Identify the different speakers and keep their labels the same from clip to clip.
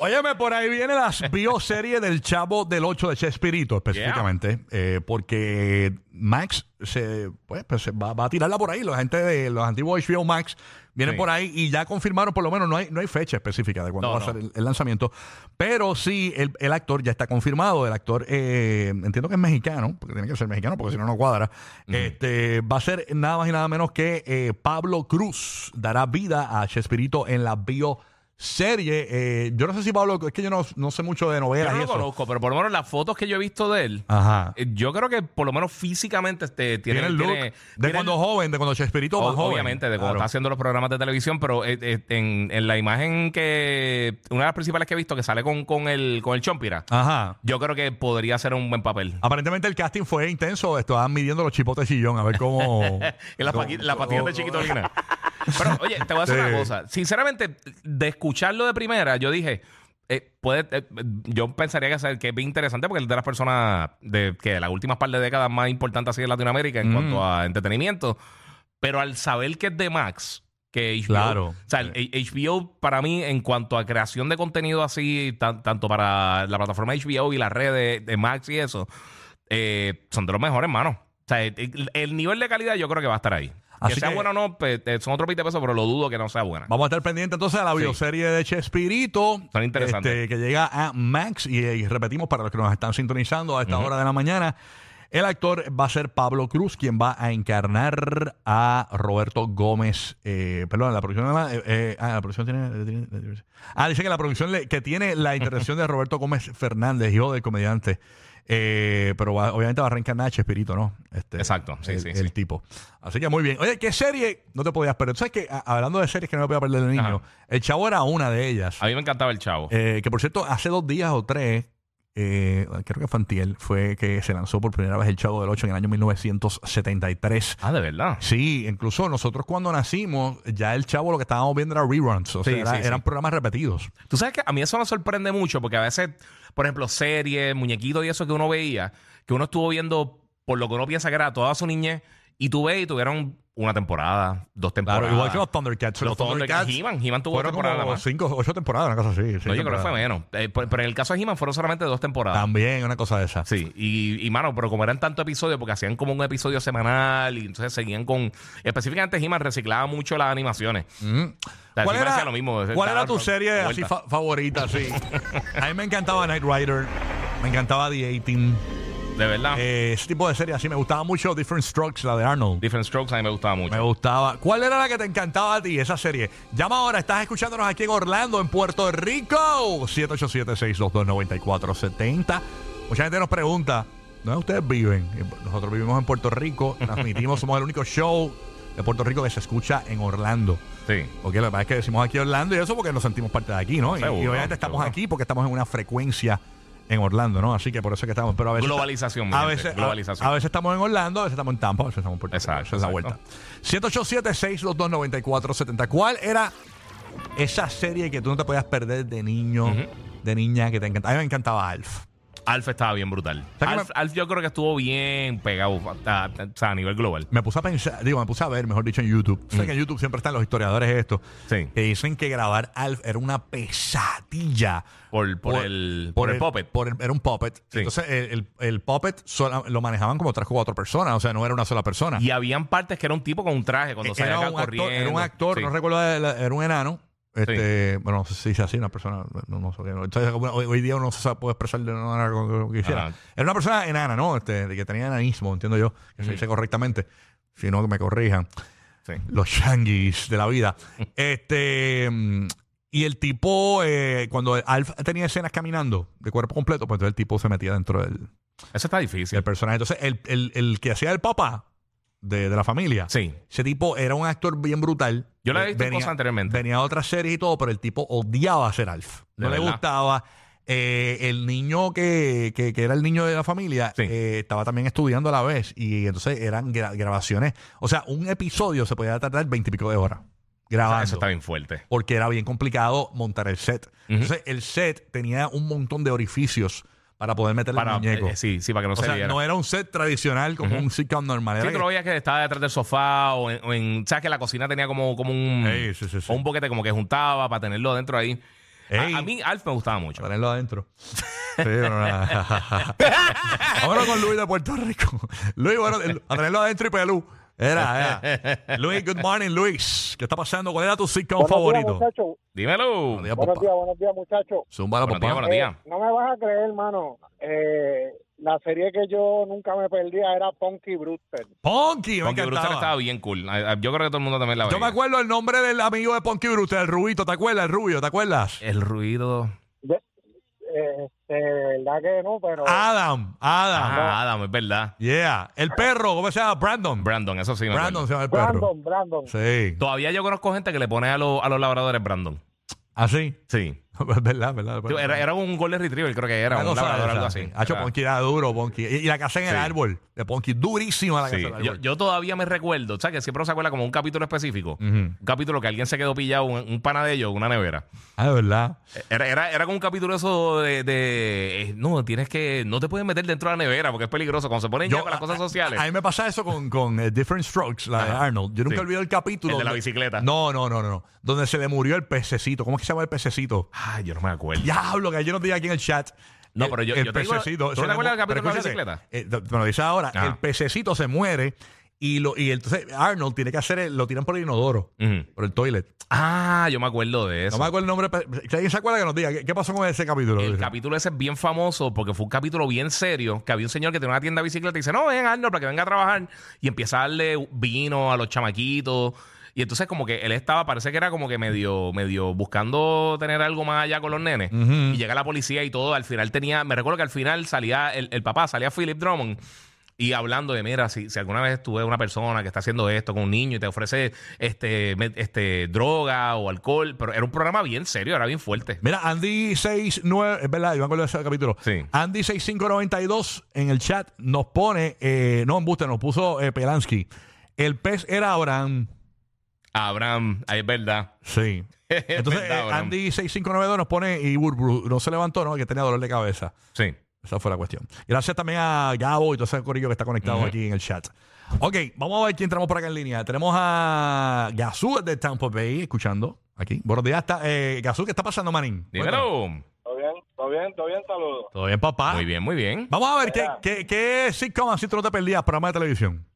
Speaker 1: Óyeme, por ahí viene las bioseries del Chavo del 8 de Chespirito, específicamente, eh, porque Max se, pues, pues, se va, va a tirarla por ahí. La gente de los antiguos HBO Max vienen
Speaker 2: Sí.
Speaker 1: por ahí y ya confirmaron, por lo menos, no hay, no hay fecha específica de cuándo
Speaker 2: No,
Speaker 1: va a
Speaker 2: no.
Speaker 1: ser el, el lanzamiento, pero sí, el, el actor ya está confirmado. El actor, eh, entiendo que es mexicano, porque tiene que ser mexicano, porque si no, no cuadra. este, va a ser nada más y nada menos que eh, Pablo Cruz dará vida a Chespirito en la bioserie serie. eh, yo no sé si Pablo, es que yo no, no sé mucho de
Speaker 2: Yo
Speaker 1: novelas
Speaker 2: no
Speaker 1: y
Speaker 2: lo
Speaker 1: eso.
Speaker 2: conozco, pero por lo menos las fotos que yo he visto de él,
Speaker 1: Ajá.
Speaker 2: eh, yo creo que por lo menos físicamente este, tiene,
Speaker 1: Tiene, el look
Speaker 2: tiene-
Speaker 1: de
Speaker 2: tiene el-
Speaker 1: cuando joven, de cuando Chespirito
Speaker 2: o-
Speaker 1: más joven.
Speaker 2: obviamente, de cuando
Speaker 1: Claro.
Speaker 2: está haciendo los programas de televisión, pero eh, eh, en, en la imagen que. Una de las principales que he visto que sale con, con el con el Chompira,
Speaker 1: Ajá.
Speaker 2: yo creo que podría ser un buen papel.
Speaker 1: Aparentemente el casting fue intenso, estaban midiendo los chipotes chillón, a ver cómo...
Speaker 2: Es la,
Speaker 1: cómo-
Speaker 2: paqui- la patilla de
Speaker 1: cómo-
Speaker 2: chiquitolina. Pero, oye, te voy a decir
Speaker 1: Sí.
Speaker 2: una cosa. Sinceramente, de escucharlo de primera, yo dije, eh, puede, eh, yo pensaría que, es- que es bien interesante porque es de las personas de que de las últimas par de décadas más importantes así de Latinoamérica en
Speaker 1: Mm.
Speaker 2: cuanto a entretenimiento. Pero al saber que es de Max, que HBO,
Speaker 1: Claro.
Speaker 2: o sea, el- el HBO para mí en cuanto a creación de contenido así, tan- tanto para la plataforma HBO y las redes de Max y eso, eh, son de los mejores, hermano. O sea, el, el nivel de calidad yo creo que va a estar ahí.
Speaker 1: Así
Speaker 2: que sea
Speaker 1: que-
Speaker 2: buena o no, pues, eh, son otro pite de pesos, pero lo dudo que no sea buena.
Speaker 1: Vamos a estar pendientes entonces a la
Speaker 2: Sí.
Speaker 1: bioserie de Chespirito.
Speaker 2: Son interesantes.
Speaker 1: este, que llega a Max. Y, eh, y repetimos para los que nos están sintonizando a esta hora de la mañana. El actor va a ser Pablo Cruz, quien va a encarnar a Roberto Gómez. eh, perdón, la producción. eh, eh, ah, la producción tiene, tiene- tiene- Ah, dice que la producción le- que tiene la intervención de Roberto Gómez Fernández, hijo del comediante. Eh, pero va- obviamente va a reencarnar a Chespirito, ¿no? Este,
Speaker 2: Exacto, sí,
Speaker 1: el,
Speaker 2: sí,
Speaker 1: el
Speaker 2: sí.
Speaker 1: tipo. Así que muy bien. Oye, ¿qué serie no te podías perder? ¿Sabes que Hablando de series que no me podía perder de niño, El Chavo era una de ellas.
Speaker 2: A mí me encantaba el chavo.
Speaker 1: Eh, que por cierto, hace dos días o tres, eh, creo que fue antier, fue que se lanzó por primera vez El Chavo del 8 en el año 1973.
Speaker 2: ah, de verdad.
Speaker 1: Sí, incluso nosotros cuando nacimos, ya El Chavo lo que estábamos viendo era reruns. O sea,
Speaker 2: Sí,
Speaker 1: era-
Speaker 2: sí, sí.
Speaker 1: eran programas repetidos.
Speaker 2: Tú sabes que a mí eso me sorprende mucho porque a veces, por ejemplo, series, muñequitos y eso que uno veía, que uno estuvo viendo por lo que uno piensa que era toda su niñez, y tú ves y tuvieron una temporada, dos temporadas.
Speaker 1: Claro, igual que los Thundercats.
Speaker 2: Los Thundercats, He-Man, He-Man tuvo
Speaker 1: fueron
Speaker 2: temporada nada
Speaker 1: como
Speaker 2: más.
Speaker 1: cinco, ocho temporadas, una cosa así. seis
Speaker 2: No, yo creo
Speaker 1: temporadas.
Speaker 2: que fue menos. Eh, por- pero en el caso de He-Man fueron solamente dos temporadas.
Speaker 1: También, una cosa de esa.
Speaker 2: Sí, y, y, mano, pero como eran tantos episodios, porque hacían como un episodio semanal y entonces seguían con. Específicamente, He-Man reciclaba mucho las animaciones.
Speaker 1: Mm.
Speaker 2: O sea,
Speaker 1: ¿Cuál
Speaker 2: sí me
Speaker 1: era,
Speaker 2: hacía lo mismo, ese
Speaker 1: cuál era
Speaker 2: dar
Speaker 1: tu
Speaker 2: vuelta.
Speaker 1: serie así fa- favorita? Sí. A mí me encantaba Knight Rider, me encantaba The 18.
Speaker 2: De verdad.
Speaker 1: Eh, ese tipo de serie así. Me gustaba mucho Different Strokes, la de Arnold.
Speaker 2: Different Strokes a mí me gustaba mucho.
Speaker 1: Me gustaba. ¿Cuál era la que te encantaba a ti, esa serie? Llama ahora, estás escuchándonos aquí en Orlando, en Puerto Rico. 787-622-9470. Mucha gente nos pregunta, ¿dónde ustedes viven? Y pues, Nosotros vivimos en Puerto Rico, transmitimos, somos el único show de Puerto Rico que se escucha en Orlando.
Speaker 2: Sí.
Speaker 1: Porque la verdad es que decimos aquí Orlando y eso porque nos sentimos parte de aquí, ¿no? Y- y,
Speaker 2: Seguro,
Speaker 1: obviamente estamos
Speaker 2: seguro.
Speaker 1: aquí porque estamos en una frecuencia en Orlando, ¿no? Así que por eso es que estamos. Pero a veces
Speaker 2: Globalización, mi
Speaker 1: a
Speaker 2: gente,
Speaker 1: veces, a-
Speaker 2: globalización.
Speaker 1: A, veces estamos en Orlando, a veces estamos en Tampa, a veces estamos en Puerto Rico.
Speaker 2: Exacto,
Speaker 1: Esa es la vuelta.
Speaker 2: exacto.
Speaker 1: 787-622-9470. ¿Cuál era esa serie que tú no te podías perder de niño, de niña que te encantaba? A mí me encantaba Alf.
Speaker 2: Alf estaba bien brutal.
Speaker 1: sea que
Speaker 2: Alf, Alf yo creo que estuvo bien pegado a, a- o sea, a nivel global.
Speaker 1: Me puse a pensar, digo, me puse a ver, mejor dicho, en YouTube. Sé que en YouTube siempre están los historiadores estos
Speaker 2: Sí.
Speaker 1: que dicen que grabar Alf era una pesadilla.
Speaker 2: Por, por, el, por, el, puppet.
Speaker 1: por el- era un puppet.
Speaker 2: Sí.
Speaker 1: Entonces, el, el- el puppet sola- lo manejaban como tres o cuatro personas, o sea, no era una sola persona.
Speaker 2: y habían partes que era un tipo con un traje cuando
Speaker 1: E- era,
Speaker 2: salía acá
Speaker 1: un actor,
Speaker 2: corriendo.
Speaker 1: era un actor,
Speaker 2: Sí.
Speaker 1: no recuerdo, la- era un enano. Este, Bueno, no sé si es así, una persona, no, no sé. no- entonces, como hoy, hoy día uno se sabe- puede expresar de una manera como como quisiera.
Speaker 2: Ajá.
Speaker 1: Era una persona enana, ¿no? Este, de que tenía enanismo, entiendo yo, que se dice correctamente. Si no, que me corrijan
Speaker 2: Sí.
Speaker 1: los shanguis de la vida. Este. mm, Y el tipo, eh, cuando Alf tenía escenas caminando de cuerpo completo, pues entonces el tipo se metía dentro del,
Speaker 2: Eso está difícil.
Speaker 1: del personaje. Entonces, el, el- el que hacía el papá de, de la familia,
Speaker 2: Sí.
Speaker 1: ese tipo era un actor bien brutal.
Speaker 2: Yo lo he
Speaker 1: Eh,
Speaker 2: visto en
Speaker 1: venía-
Speaker 2: cosas anteriormente.
Speaker 1: Venía a otras series y todo, pero el tipo odiaba ser Alf.
Speaker 2: De
Speaker 1: No le
Speaker 2: verdad.
Speaker 1: gustaba. Eh, el niño que, que- que era el niño de la familia
Speaker 2: Sí.
Speaker 1: eh, estaba también estudiando a la vez y entonces eran gra- grabaciones. O sea, un episodio se podía tardar veintipico de horas grabando.
Speaker 2: Ah, Eso está bien fuerte.
Speaker 1: Porque era bien complicado montar el set.
Speaker 2: Ujú.
Speaker 1: Entonces, el set tenía un montón de orificios para poder meter
Speaker 2: Para,
Speaker 1: el muñeco.
Speaker 2: eh, sí, sí, para que no
Speaker 1: o
Speaker 2: se
Speaker 1: sea,
Speaker 2: viera.
Speaker 1: no era un set tradicional como un sitcom normal.
Speaker 2: Sí,
Speaker 1: Era
Speaker 2: tú
Speaker 1: que-
Speaker 2: lo veías que estaba detrás del sofá o en, o en- ¿Sabes que la cocina tenía como, como un,
Speaker 1: Sí, sí, sí, sí.
Speaker 2: o un boquete como que juntaba para tenerlo dentro ahí?
Speaker 1: Ey.
Speaker 2: A, a mí Alf me gustaba mucho.
Speaker 1: Tenerlo adentro. Sí, pero nada. Vámonos con Luis de Puerto Rico. Luis, bueno, el- a tenerlo adentro y pelú. Era, era. Luis, good morning, Luis. ¿Qué está pasando? ¿Cuál era tu sitcom favorito?
Speaker 3: muchachos.
Speaker 2: Dímelo.
Speaker 1: Buenos días,
Speaker 3: Buenos
Speaker 1: papá.
Speaker 3: días, buenos días, muchachos.
Speaker 1: Zúmbala,
Speaker 2: Buenos días,
Speaker 1: papá.
Speaker 2: buenos días.
Speaker 3: No me vas a creer, hermano. Eh, la serie que yo nunca me perdía era Punky Brewster.
Speaker 1: Ponky, me
Speaker 2: Porque Brewster estaba
Speaker 1: encantaba.
Speaker 2: bien cool. A- a- Yo creo que todo el mundo también la veía.
Speaker 1: Yo me acuerdo el nombre del amigo de Ponky Brewster, el rubito, ¿te acuerdas? El rubio, ¿te acuerdas?
Speaker 2: El ruido.
Speaker 3: Eh, este, verdad que no, pero
Speaker 1: Ah, Adam, Adam.
Speaker 2: Ah, Adam, es verdad.
Speaker 1: Yeah. El perro, ¿cómo se llama? Brandon.
Speaker 2: Brandon, eso sí me acuerdo.
Speaker 1: Brandon se llama el perro.
Speaker 3: Brandon, Brandon.
Speaker 1: Sí.
Speaker 2: Todavía yo conozco gente que le pone a, los- a los labradores Brandon.
Speaker 1: Así.
Speaker 2: Sí.
Speaker 1: Ah, ¿Verdad, verdad?
Speaker 2: Tú, Era, era un golden retriever, creo que era.
Speaker 1: Una
Speaker 2: Un
Speaker 1: cosa
Speaker 2: labrador,
Speaker 1: de
Speaker 2: algo
Speaker 1: esa.
Speaker 2: así. Ah,
Speaker 1: Hacho,
Speaker 2: Era-
Speaker 1: Ponky era duro, Ponky. Y, y la casa en el
Speaker 2: Sí.
Speaker 1: árbol de Ponky, durísima la casa
Speaker 2: Sí.
Speaker 1: en el
Speaker 2: Yo,
Speaker 1: árbol.
Speaker 2: yo todavía me recuerdo, o sea, que siempre se acuerda como un capítulo específico.
Speaker 1: Ujú.
Speaker 2: Un capítulo que alguien se quedó pillado, un, un pana de ellos, una nevera.
Speaker 1: Ah, de verdad.
Speaker 2: Era, era, era como un capítulo eso de, de, eh, no, tienes que, no te puedes meter dentro de la nevera porque es peligroso. Cuando se ponen ya con las cosas
Speaker 1: a- a-
Speaker 2: sociales.
Speaker 1: A, mí me pasa eso con, con eh, Different Strokes, la de
Speaker 2: Ajá.
Speaker 1: Arnold. Yo nunca
Speaker 2: Sí.
Speaker 1: olvido el capítulo.
Speaker 2: El de la
Speaker 1: donde-
Speaker 2: bicicleta.
Speaker 1: No, no, no, no, no. Donde se le murió el pececito. ¿Cómo es que se llama el pececito?
Speaker 2: Ay, yo no me acuerdo.
Speaker 1: Diablo, que yo no diga aquí en el chat.
Speaker 2: No,
Speaker 1: El-
Speaker 2: pero yo-
Speaker 1: el
Speaker 2: yo te digo-
Speaker 1: pececito.
Speaker 2: ¿tú
Speaker 1: se
Speaker 2: te
Speaker 1: le
Speaker 2: acuerdas del
Speaker 1: mu- pero
Speaker 2: capítulo de la Ah.
Speaker 1: escúchate, eh, me lo dice ahora.
Speaker 2: Ajá.
Speaker 1: El pececito se muere y, lo, y entonces Arnold tiene que hacer, el- lo tiran por el inodoro,
Speaker 2: Ujú.
Speaker 1: por el toilet.
Speaker 2: Ah, yo me acuerdo de eso.
Speaker 1: No me acuerdo el nombre. pero- Si alguien se acuerda que nos diga, ¿qué, qué pasó con ese capítulo?
Speaker 2: El
Speaker 1: Dice.
Speaker 2: capítulo ese es bien famoso porque fue un capítulo bien serio. Que había un señor que tenía una tienda de bicicleta y dice: No, ven, Arnold, para que venga a trabajar. Y empieza a darle vino a los chamaquitos. Y entonces, como que él estaba, parece que era como que medio, medio buscando tener algo más allá con los nenes. Y llega la policía y todo. Al final tenía, me recuerdo que al final salía el, el papá, salía Philip Drummond. Y hablando de, mira, si, si alguna vez tuve una persona que está haciendo esto con un niño y te ofrece este, me- este droga o alcohol, pero era un programa bien serio, era bien fuerte.
Speaker 1: Mira, Andy69, es verdad, yo me acuerdo de ese capítulo.
Speaker 2: Sí.
Speaker 1: Andy6592 en el chat nos pone, eh, no embuste, nos puso eh, Pelansky. El pez era Abraham.
Speaker 2: Abraham, ahí es verdad.
Speaker 1: Sí. Entonces,
Speaker 2: Verdad,
Speaker 1: eh,
Speaker 2: Abraham.
Speaker 1: Andy6592 nos pone y Burbru no se levantó, ¿no? Que tenía dolor de cabeza.
Speaker 2: Sí.
Speaker 1: Esa fue la cuestión. Gracias también a Gabo y todo ese corillo que está conectado
Speaker 2: Ujú.
Speaker 1: aquí en el chat. Ok, vamos a ver quién tenemos por acá en línea. Tenemos a Gazú de Tampa Bay escuchando aquí. Buenos días, está- eh, Gazú, ¿qué está pasando, Manín? Cuéntame. Ah.
Speaker 2: Dímelo.
Speaker 3: Todo bien, todo bien, todo bien, saludos.
Speaker 1: Todo bien, papá.
Speaker 2: Muy bien, muy bien.
Speaker 1: Vamos a ver, ¿qué,
Speaker 3: Era.
Speaker 1: qué, qué sitcom así tú no te perdías? Programa de televisión.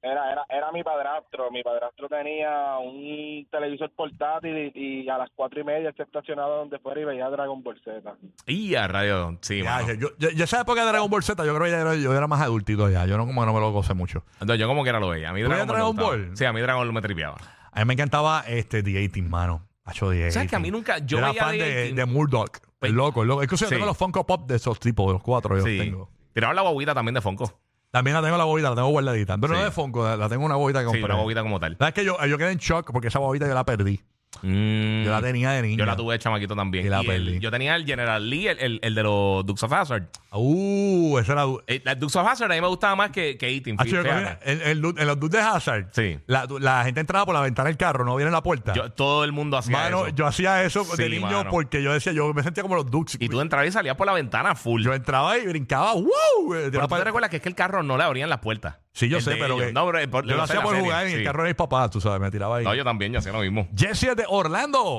Speaker 3: Era, era, era mi padrastro. Mi padrastro tenía un televisor portátil y, y a las cuatro y media él se estacionaba donde fuera y veía Dragon Ball Z.
Speaker 2: Y a radio. Sí,
Speaker 1: Ya,
Speaker 2: mano.
Speaker 1: yo, yo- yo esa época de Dragon Ball Z, yo creo que ya era, yo era más adultito ya. Yo no, como que no me lo gocé mucho.
Speaker 2: Entonces, yo como que era lo veía. A mí
Speaker 1: ¿Tú
Speaker 2: Dragon,
Speaker 1: veías Dragon
Speaker 2: Ball me gustaba.
Speaker 1: Ball?
Speaker 2: Sí, a mí Dragon Ball me tripeaba.
Speaker 1: A mí me encantaba este The 18 mano. Hacho The
Speaker 2: ¿Sabes que a mí nunca- yo
Speaker 1: era
Speaker 2: veía
Speaker 1: fan
Speaker 2: The
Speaker 1: de,
Speaker 2: 18.
Speaker 1: de Murdoch.
Speaker 2: Pues-
Speaker 1: El loco, el loco. Inclusive
Speaker 2: Sí.
Speaker 1: tengo los Funko Pop de esos tipos, de los cuatro yo
Speaker 2: Sí.
Speaker 1: tengo.
Speaker 2: Tiraba la bobita también de Fonco.
Speaker 1: También la tengo la bobita, la tengo guardadita. Pero no
Speaker 2: Sí.
Speaker 1: de Funko, la, la tengo una bobita que
Speaker 2: Sí,
Speaker 1: compré.
Speaker 2: una bobita como tal.
Speaker 1: ¿Sabes que yo, yo quedé en shock porque esa bobita yo la perdí?
Speaker 2: Mm,
Speaker 1: Yo la tenía de niño.
Speaker 2: yo la tuve de chamaquito también.
Speaker 1: Y la
Speaker 2: el-
Speaker 1: perdí.
Speaker 2: yo tenía el General Lee, el, el- el de los Dukes of Hazard.
Speaker 1: Uh, esa era... du-
Speaker 2: El Dukes of Hazard a mí me gustaba más que, que E Eating.
Speaker 1: Hacho, Ah, yo cogía- en, en lu- en los dudes de Hazard,
Speaker 2: Sí.
Speaker 1: la, la gente entraba por la ventana del carro, no viera en la puerta.
Speaker 2: Yo- todo el mundo hacía
Speaker 1: mano,
Speaker 2: eso.
Speaker 1: yo hacía eso de
Speaker 2: Sí,
Speaker 1: niño
Speaker 2: mano.
Speaker 1: porque yo decía, yo me sentía como los dudes.
Speaker 2: y tú entrabas y salías por la ventana full.
Speaker 1: Yo entraba y brincaba, ¡wow! De
Speaker 2: pero
Speaker 1: la
Speaker 2: tú te
Speaker 1: pared.
Speaker 2: recuerdas que es que el carro no le abrían las puertas.
Speaker 1: Sí, yo
Speaker 2: El
Speaker 1: sé,
Speaker 2: de
Speaker 1: pero,
Speaker 2: ellos.
Speaker 1: que-
Speaker 2: No, pero, eh, por-
Speaker 1: yo lo
Speaker 2: sé,
Speaker 1: hacía
Speaker 2: la
Speaker 1: por
Speaker 2: serie,
Speaker 1: jugar en el
Speaker 2: sí.
Speaker 1: carro de mis papás, tú sabes, me tiraba ahí.
Speaker 2: No, yo también, yo hacía lo mismo.
Speaker 1: Jessie es de Orlando.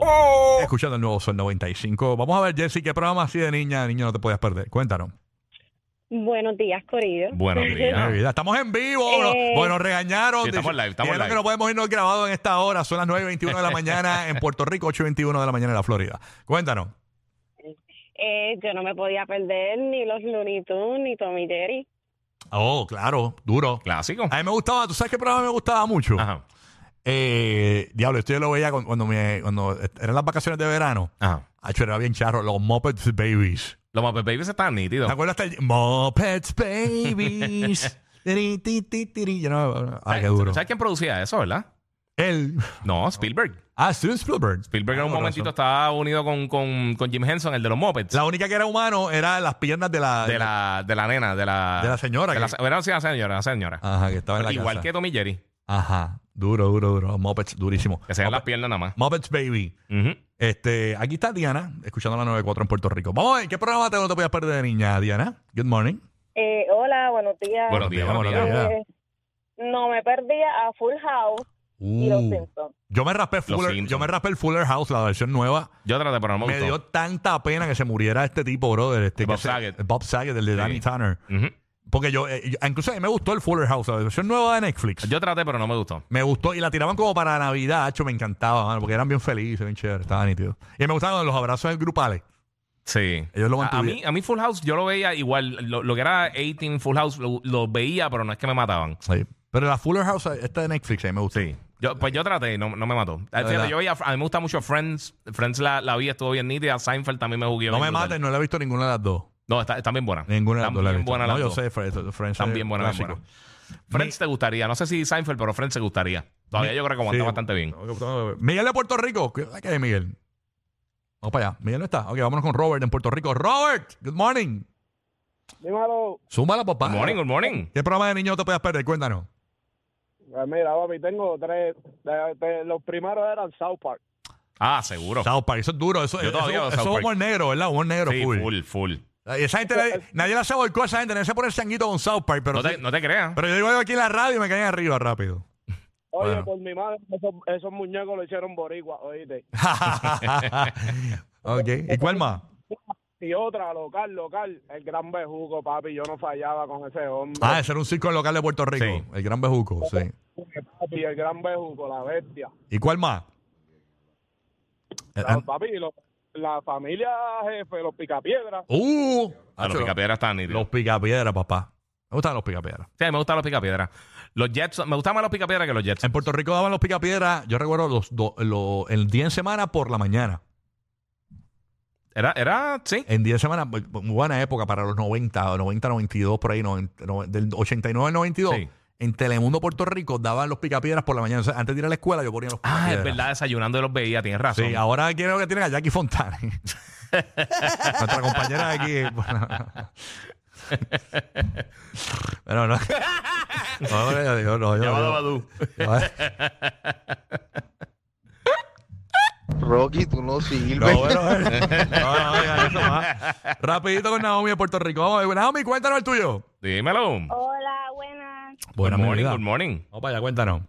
Speaker 1: Escuchando el nuevo Sol 95. Vamos a ver, Jessie, qué programa así de niña, niño, no te podías perder. Cuéntanos.
Speaker 4: Buenos días, Corillo.
Speaker 2: Buenos días.
Speaker 1: Ay, vida, Estamos en vivo.
Speaker 4: Eh.
Speaker 1: Bueno, bueno, nos regañaron.
Speaker 2: Sí, estamos
Speaker 1: Dice-
Speaker 2: live, estamos
Speaker 1: dijeron
Speaker 2: live.
Speaker 1: que no podemos irnos grabado en esta hora. Son las 9.21 de la mañana en Puerto Rico, 8.21 de la mañana en la Florida. Cuéntanos.
Speaker 4: Eh, yo no me podía perder ni los Looney Tunes ni Tommy Jerry.
Speaker 1: Oh, claro, duro.
Speaker 2: Clásico.
Speaker 1: A mí me gustaba, ¿tú sabes qué programa me gustaba mucho?
Speaker 2: Ajá.
Speaker 1: Eh, diablo, esto yo lo veía cu- cuando, me, cuando eran las vacaciones de verano.
Speaker 2: Ajá.
Speaker 1: Acho, era bien charro, los Muppets Babies.
Speaker 2: Los Muppet Babies están nítidos.
Speaker 1: ¿Te acuerdas hasta el Muppets Babies? Tiri, ti, ti, tiri. Yo no- ah, qué duro.
Speaker 2: ¿Sabes quién producía eso, verdad?
Speaker 1: Él.
Speaker 2: No, Spielberg.
Speaker 1: Ah, Steven Spielberg.
Speaker 2: Spielberg en
Speaker 1: Ah,
Speaker 2: un
Speaker 1: con
Speaker 2: momentito
Speaker 1: razón.
Speaker 2: estaba unido con, con, con Jim Henson, el de los Muppets.
Speaker 1: La única que era humano era las piernas de la.
Speaker 2: de, la, de la nena, de la...
Speaker 1: De la señora
Speaker 2: de la-
Speaker 1: que-
Speaker 2: era, sí, la señora, la señora.
Speaker 1: Ajá, que estaba en la
Speaker 2: Igual
Speaker 1: casa.
Speaker 2: que Tommy Jerry,
Speaker 1: Ajá. Duro, duro, duro. Muppets, durísimo.
Speaker 2: que se vean las
Speaker 1: Muppet-
Speaker 2: piernas nada más.
Speaker 1: Muppets Baby.
Speaker 2: Ujú.
Speaker 1: Este, aquí está Diana, escuchando la 94 en Puerto Rico. Vamos a ver, ¿qué programa te, no te podías perder de niña, Diana? Good morning.
Speaker 4: Eh, hola, buenos días.
Speaker 2: Buenos días, buenos
Speaker 1: días.
Speaker 4: Eh, no me perdía a Full House. y los
Speaker 1: Uh.
Speaker 4: Simpsons.
Speaker 1: Yo me raspé Fuller,
Speaker 2: Simpsons.
Speaker 1: yo me raspé el Fuller House, la versión nueva.
Speaker 2: Yo traté, pero no me
Speaker 1: Me dio
Speaker 2: gustó.
Speaker 1: tanta pena que se muriera este tipo, brother. Este,
Speaker 2: Bob
Speaker 1: que se-
Speaker 2: Saget.
Speaker 1: Bob Saget, el de Danny Tanner.
Speaker 2: Ujú.
Speaker 1: Porque yo, eh, yo- incluso a mí me gustó el Fuller House, la versión nueva de Netflix.
Speaker 2: Yo traté, pero no me gustó.
Speaker 1: Me gustó y la tiraban como para Navidad, hecho, me encantaba, mano, porque eran bien felices, bien chéveres, estaban nítidos. Y me gustaban los abrazos grupales.
Speaker 2: Sí.
Speaker 1: Ellos lo
Speaker 2: A, a
Speaker 1: mantuvieron.
Speaker 2: mí, a mí Full House yo lo veía igual. Lo, lo que era 18 Full House lo, lo veía, pero no es que me mataban.
Speaker 1: Sí. Pero la Fuller House, esta de Netflix, ahí me gusta.
Speaker 2: Sí. Yo, pues yo traté, no, no me mató. Fíjate,
Speaker 1: verdad.
Speaker 2: yo veía, a mí me gusta mucho Friends. Friends la, la vi, estuvo bien nítida. Seinfeld también me jugué.
Speaker 1: No
Speaker 2: bien
Speaker 1: me
Speaker 2: brutal.
Speaker 1: maten, no la he visto ninguna de las dos.
Speaker 2: No, está, están bien buenas.
Speaker 1: Ninguna de las
Speaker 2: están
Speaker 1: dos la he
Speaker 2: bien
Speaker 1: visto.
Speaker 2: buenas
Speaker 1: No,
Speaker 2: las
Speaker 1: yo
Speaker 2: dos.
Speaker 1: sé, Friends, Friends
Speaker 2: Están
Speaker 1: es
Speaker 2: bien buenas, bien
Speaker 1: clásico.
Speaker 2: Friends te gustaría. No sé si Seinfeld, pero Friends te gustaría. Todavía yo creo que aguanta
Speaker 1: Sí.
Speaker 2: bastante bien.
Speaker 1: Miguel de Puerto Rico. ¿Qué qué hay, Miguel? Vamos para allá. Miguel no está. Ok, vámonos con Robert en Puerto Rico. Robert, good morning.
Speaker 3: Dímelo,
Speaker 1: Súmala, papá.
Speaker 2: Good morning, good morning.
Speaker 1: ¿Qué programa de niños te puedes perder? Cuéntanos.
Speaker 3: Pues mira, papi, tengo tres. de- de- los primeros eran South Park.
Speaker 2: Ah, seguro.
Speaker 1: South Park, eso es duro. Eso,
Speaker 2: Yo
Speaker 1: eso-
Speaker 2: todavía veo
Speaker 1: eso es
Speaker 2: South Park.
Speaker 1: humor negro, ¿verdad? Humor negro,
Speaker 2: Sí,
Speaker 1: full.
Speaker 2: full, full.
Speaker 1: Ay, Esa gente, nadie, nadie la se volcó a esa gente, nadie se pone el sanguito con South Park, pero,
Speaker 2: No te,
Speaker 1: sí-
Speaker 2: no te creas.
Speaker 1: pero yo digo algo aquí en la radio y me caen arriba rápido.
Speaker 3: Oye,
Speaker 1: Bueno.
Speaker 3: por mi madre, esos, esos muñecos lo hicieron boricua, oíste.
Speaker 1: ok, ¿y cuál más?
Speaker 3: Y otra, local, local, el gran bejuco, papi, yo no fallaba con ese hombre.
Speaker 1: Ah, ese era un circo local de Puerto Rico,
Speaker 2: Sí.
Speaker 1: el Gran Bejuco, sí.
Speaker 3: Papi, el gran bejuco, la bestia.
Speaker 1: ¿Y cuál más? Eh,
Speaker 3: La, papi, lo- la familia jefe, los picapiedras.
Speaker 1: Uh,
Speaker 2: Ah, los
Speaker 1: Hacho,
Speaker 2: picapiedras están nítidos.
Speaker 1: los picapiedras, papá. Me gustan los picapiedras.
Speaker 2: Sí, a mí me gustan los picapiedras. Los Jets, me gustan más los picapiedras que los Jets.
Speaker 1: En Puerto Rico daban los picapiedras, yo recuerdo los, do- lo- el día en semana por la mañana.
Speaker 2: Era, era, sí.
Speaker 1: En 10 semanas, bu- bu- muy buena época para los 90, 90, 92, por ahí, 90, no- del 89 al 92.
Speaker 2: Sí.
Speaker 1: En Telemundo, Puerto Rico, daban los picapiedras por la mañana. O sea, antes de ir a la escuela, yo ponía los
Speaker 2: Ah,
Speaker 1: picapiedras.
Speaker 2: es verdad, desayunando de los veía, tienes razón.
Speaker 1: Sí, ahora quiero que tienen a Jackie Fontana. Nuestra compañera de aquí. eh, bueno. Pero no. No, yo- yo- no, yo-
Speaker 2: Llamado
Speaker 1: yo-
Speaker 2: Badú.
Speaker 5: Rocky, tú no sirves.
Speaker 1: No, bueno, eh. No, no, oiga, eso más. Rapidito con Naomi de Puerto Rico. Vamos, a ver, Naomi, cuéntanos el tuyo.
Speaker 2: Dímelo.
Speaker 4: Hola, buenas.
Speaker 2: Good
Speaker 1: mi
Speaker 2: morning,
Speaker 1: vida.
Speaker 2: good morning.
Speaker 1: Vamos para allá, cuéntanos.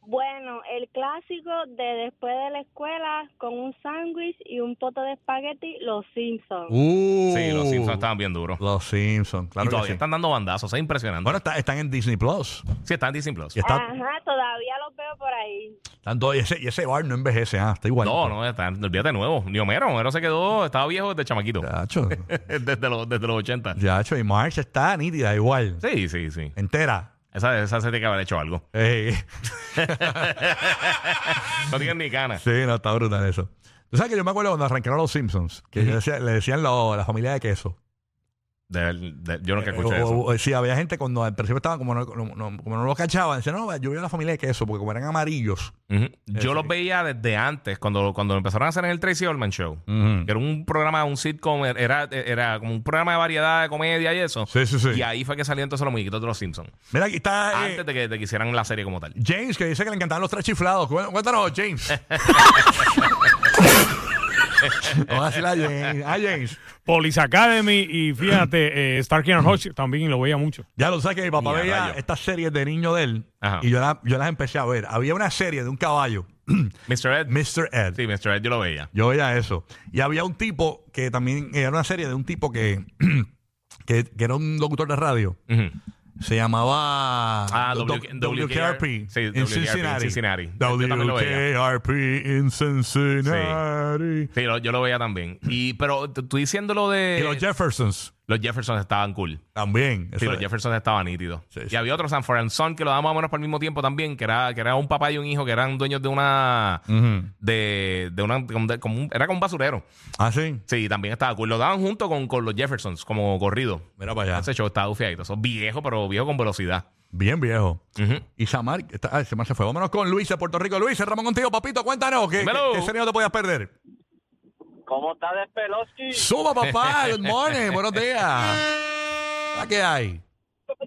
Speaker 4: Bueno, el clásico de después de la escuela con un sándwich y un poto de espagueti, los Simpsons.
Speaker 1: Uh,
Speaker 2: Sí, los Simpsons estaban bien duros.
Speaker 1: Los Simpsons, claro.
Speaker 2: y todavía
Speaker 1: que sí.
Speaker 2: están dando bandazos, es impresionante.
Speaker 1: Bueno, está- están en Disney Plus.
Speaker 2: sí, están en Disney Plus.
Speaker 1: Y, está,
Speaker 4: Ajá, todavía los veo por ahí.
Speaker 1: están todos- y ese, y ese bar no envejece, ah, está igual.
Speaker 2: No, no, están, olvídate de nuevo. Ni Homero, Homero se quedó, estaba viejo desde chamaquito.
Speaker 1: Ya, hecho.
Speaker 2: desde, los, desde los 80.
Speaker 1: Ya, hecho. Y March está nítida, igual.
Speaker 2: Sí, sí, sí.
Speaker 1: Entera.
Speaker 2: Esa, esa se tiene que haber hecho algo.
Speaker 1: Ey.
Speaker 2: No tienen ni ganas.
Speaker 1: Sí, no, está brutal eso. Tú sabes que yo me acuerdo cuando arrancaron los Simpsons, que yo decía- le decían lo- la familia de queso.
Speaker 2: De- de- yo nunca escuché
Speaker 1: Eh, o-
Speaker 2: eso.
Speaker 1: o- sí, había gente cuando al principio estaban como no, no- no- como no lo cachaban, decían, no, yo vi a la familia de queso, porque como eran amarillos.
Speaker 2: Ujú. Yo
Speaker 1: oh. sí.
Speaker 2: los veía desde antes, cuando, cuando empezaron a hacer en el Tracy Orman Show.
Speaker 1: Mm.
Speaker 2: Que era un programa, un sitcom, era, era como un programa de variedad, de comedia y eso.
Speaker 1: Sí, sí, sí.
Speaker 2: Y ahí fue que salían todos los muñequitos de los Simpsons.
Speaker 1: Mira, aquí está eh,
Speaker 2: Antes de que, de que hicieran la serie como tal.
Speaker 1: James, que dice que le encantaban los tres chiflados. Cué- Cuéntanos, James. Vamos a decirle a James. Ah, James.
Speaker 6: Police Academy y fíjate, eh, Starkey and Hutch también lo veía mucho.
Speaker 1: Ya lo sabes que mi papá
Speaker 2: Mira,
Speaker 1: veía
Speaker 2: rayo.
Speaker 1: estas series de niño de él
Speaker 2: Ajá.
Speaker 1: y yo, la- yo las empecé a ver. Había una serie de un caballo,
Speaker 2: Mr. Ed.
Speaker 1: Mr. Ed.
Speaker 2: Sí, Mr. Ed yo lo veía.
Speaker 1: Yo veía eso. Y había un tipo que también eh, era una serie de un tipo que, que, que era un locutor de radio.
Speaker 2: Ujú.
Speaker 1: Se llamaba
Speaker 2: Ah,
Speaker 1: Do-
Speaker 2: W-
Speaker 1: Do-
Speaker 2: WKRP. Sí,
Speaker 1: en
Speaker 2: WKRP en
Speaker 1: Cincinnati.
Speaker 2: Cincinnati. Yo también lo veía.
Speaker 1: WKRP en Cincinnati.
Speaker 2: Sí, lo- yo lo veía también. Y, pero t- tú diciendo lo de.
Speaker 1: Y los Jeffersons
Speaker 2: los Jeffersons estaban cool.
Speaker 1: también.
Speaker 2: Eh, Sí,
Speaker 1: Eso-
Speaker 2: los Jeffersons estaban nítidos.
Speaker 1: Sí,
Speaker 2: Y
Speaker 1: sí.
Speaker 2: había otro Sanford and Son que lo daban más o menos por el mismo tiempo también, que era, que era un papá y un hijo que eran dueños de una.
Speaker 1: Ujú.
Speaker 2: De, de una. como de- como un- era como un basurero.
Speaker 1: Ah, sí.
Speaker 2: Sí, también estaba cool. Lo daban junto con, con los Jeffersons, como corrido.
Speaker 1: Mira para allá.
Speaker 2: Ese show estaba ufiadito. Eso viejo, pero viejo con velocidad.
Speaker 1: Bien viejo.
Speaker 2: Ujú.
Speaker 1: Y Samar, está, ah, Samar se fue. Vámonos con Luis de Puerto Rico. Luis, cerramos contigo, papito. Cuéntanos, ¿qué,
Speaker 2: Dímelo.
Speaker 1: qué, qué serie no te podías perder?
Speaker 3: ¿Cómo está de Pelosi?
Speaker 1: Suba, papá. Good morning. Buenos días. ¿A qué hay?
Speaker 7: Pues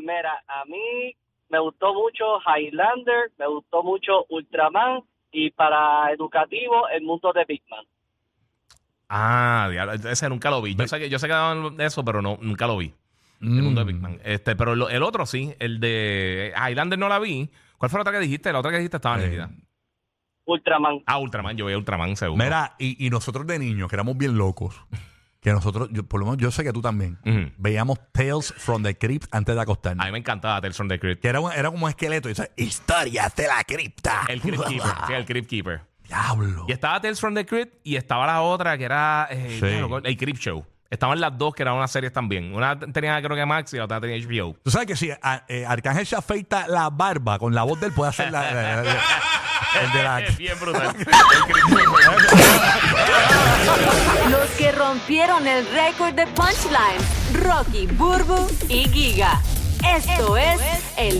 Speaker 7: mira, a mí me gustó mucho Highlander, me gustó mucho Ultraman y para educativo el mundo de Big Man.
Speaker 2: Ah, diablo, ese nunca lo vi. Yo sé que, yo sé que daban eso, pero no, nunca
Speaker 1: Mm.
Speaker 2: lo vi. El mundo de Big Man. Este, pero lo- el otro sí, el de Highlander no la vi. ¿Cuál fue la otra que dijiste? La otra que dijiste estaba
Speaker 1: Eh,
Speaker 2: nítida.
Speaker 7: Ultraman.
Speaker 2: Ah, Ultraman, yo veía Ultraman seguro.
Speaker 1: Mira, y, y nosotros de niños, que éramos bien locos, que nosotros, yo, por lo menos yo sé que tú también,
Speaker 2: Ujú.
Speaker 1: veíamos Tales from the Crypt antes de
Speaker 2: A
Speaker 1: acostarnos.
Speaker 2: mí me encantaba Tales from the Crypt.
Speaker 1: Que era, un- era como un esqueleto y dice, historias de la cripta.
Speaker 2: El Crypt Keeper. sí, el Crypt Keeper.
Speaker 1: Diablo.
Speaker 2: Y estaba Tales from the Crypt y estaba la otra que era eh,
Speaker 1: Sí.
Speaker 2: diablo, el Crypt Show. Estaban las dos que eran unas series también. Una tenía creo que Max y la otra tenía HBO.
Speaker 1: Tú sabes que si a- eh, Arcángel se afeita la barba con la voz de él, puede hacer la, la- la- la- el de la...
Speaker 2: Bien brutal.
Speaker 4: Los que rompieron el récord de punchline, Rocky, Burbu y Giga. Esto es el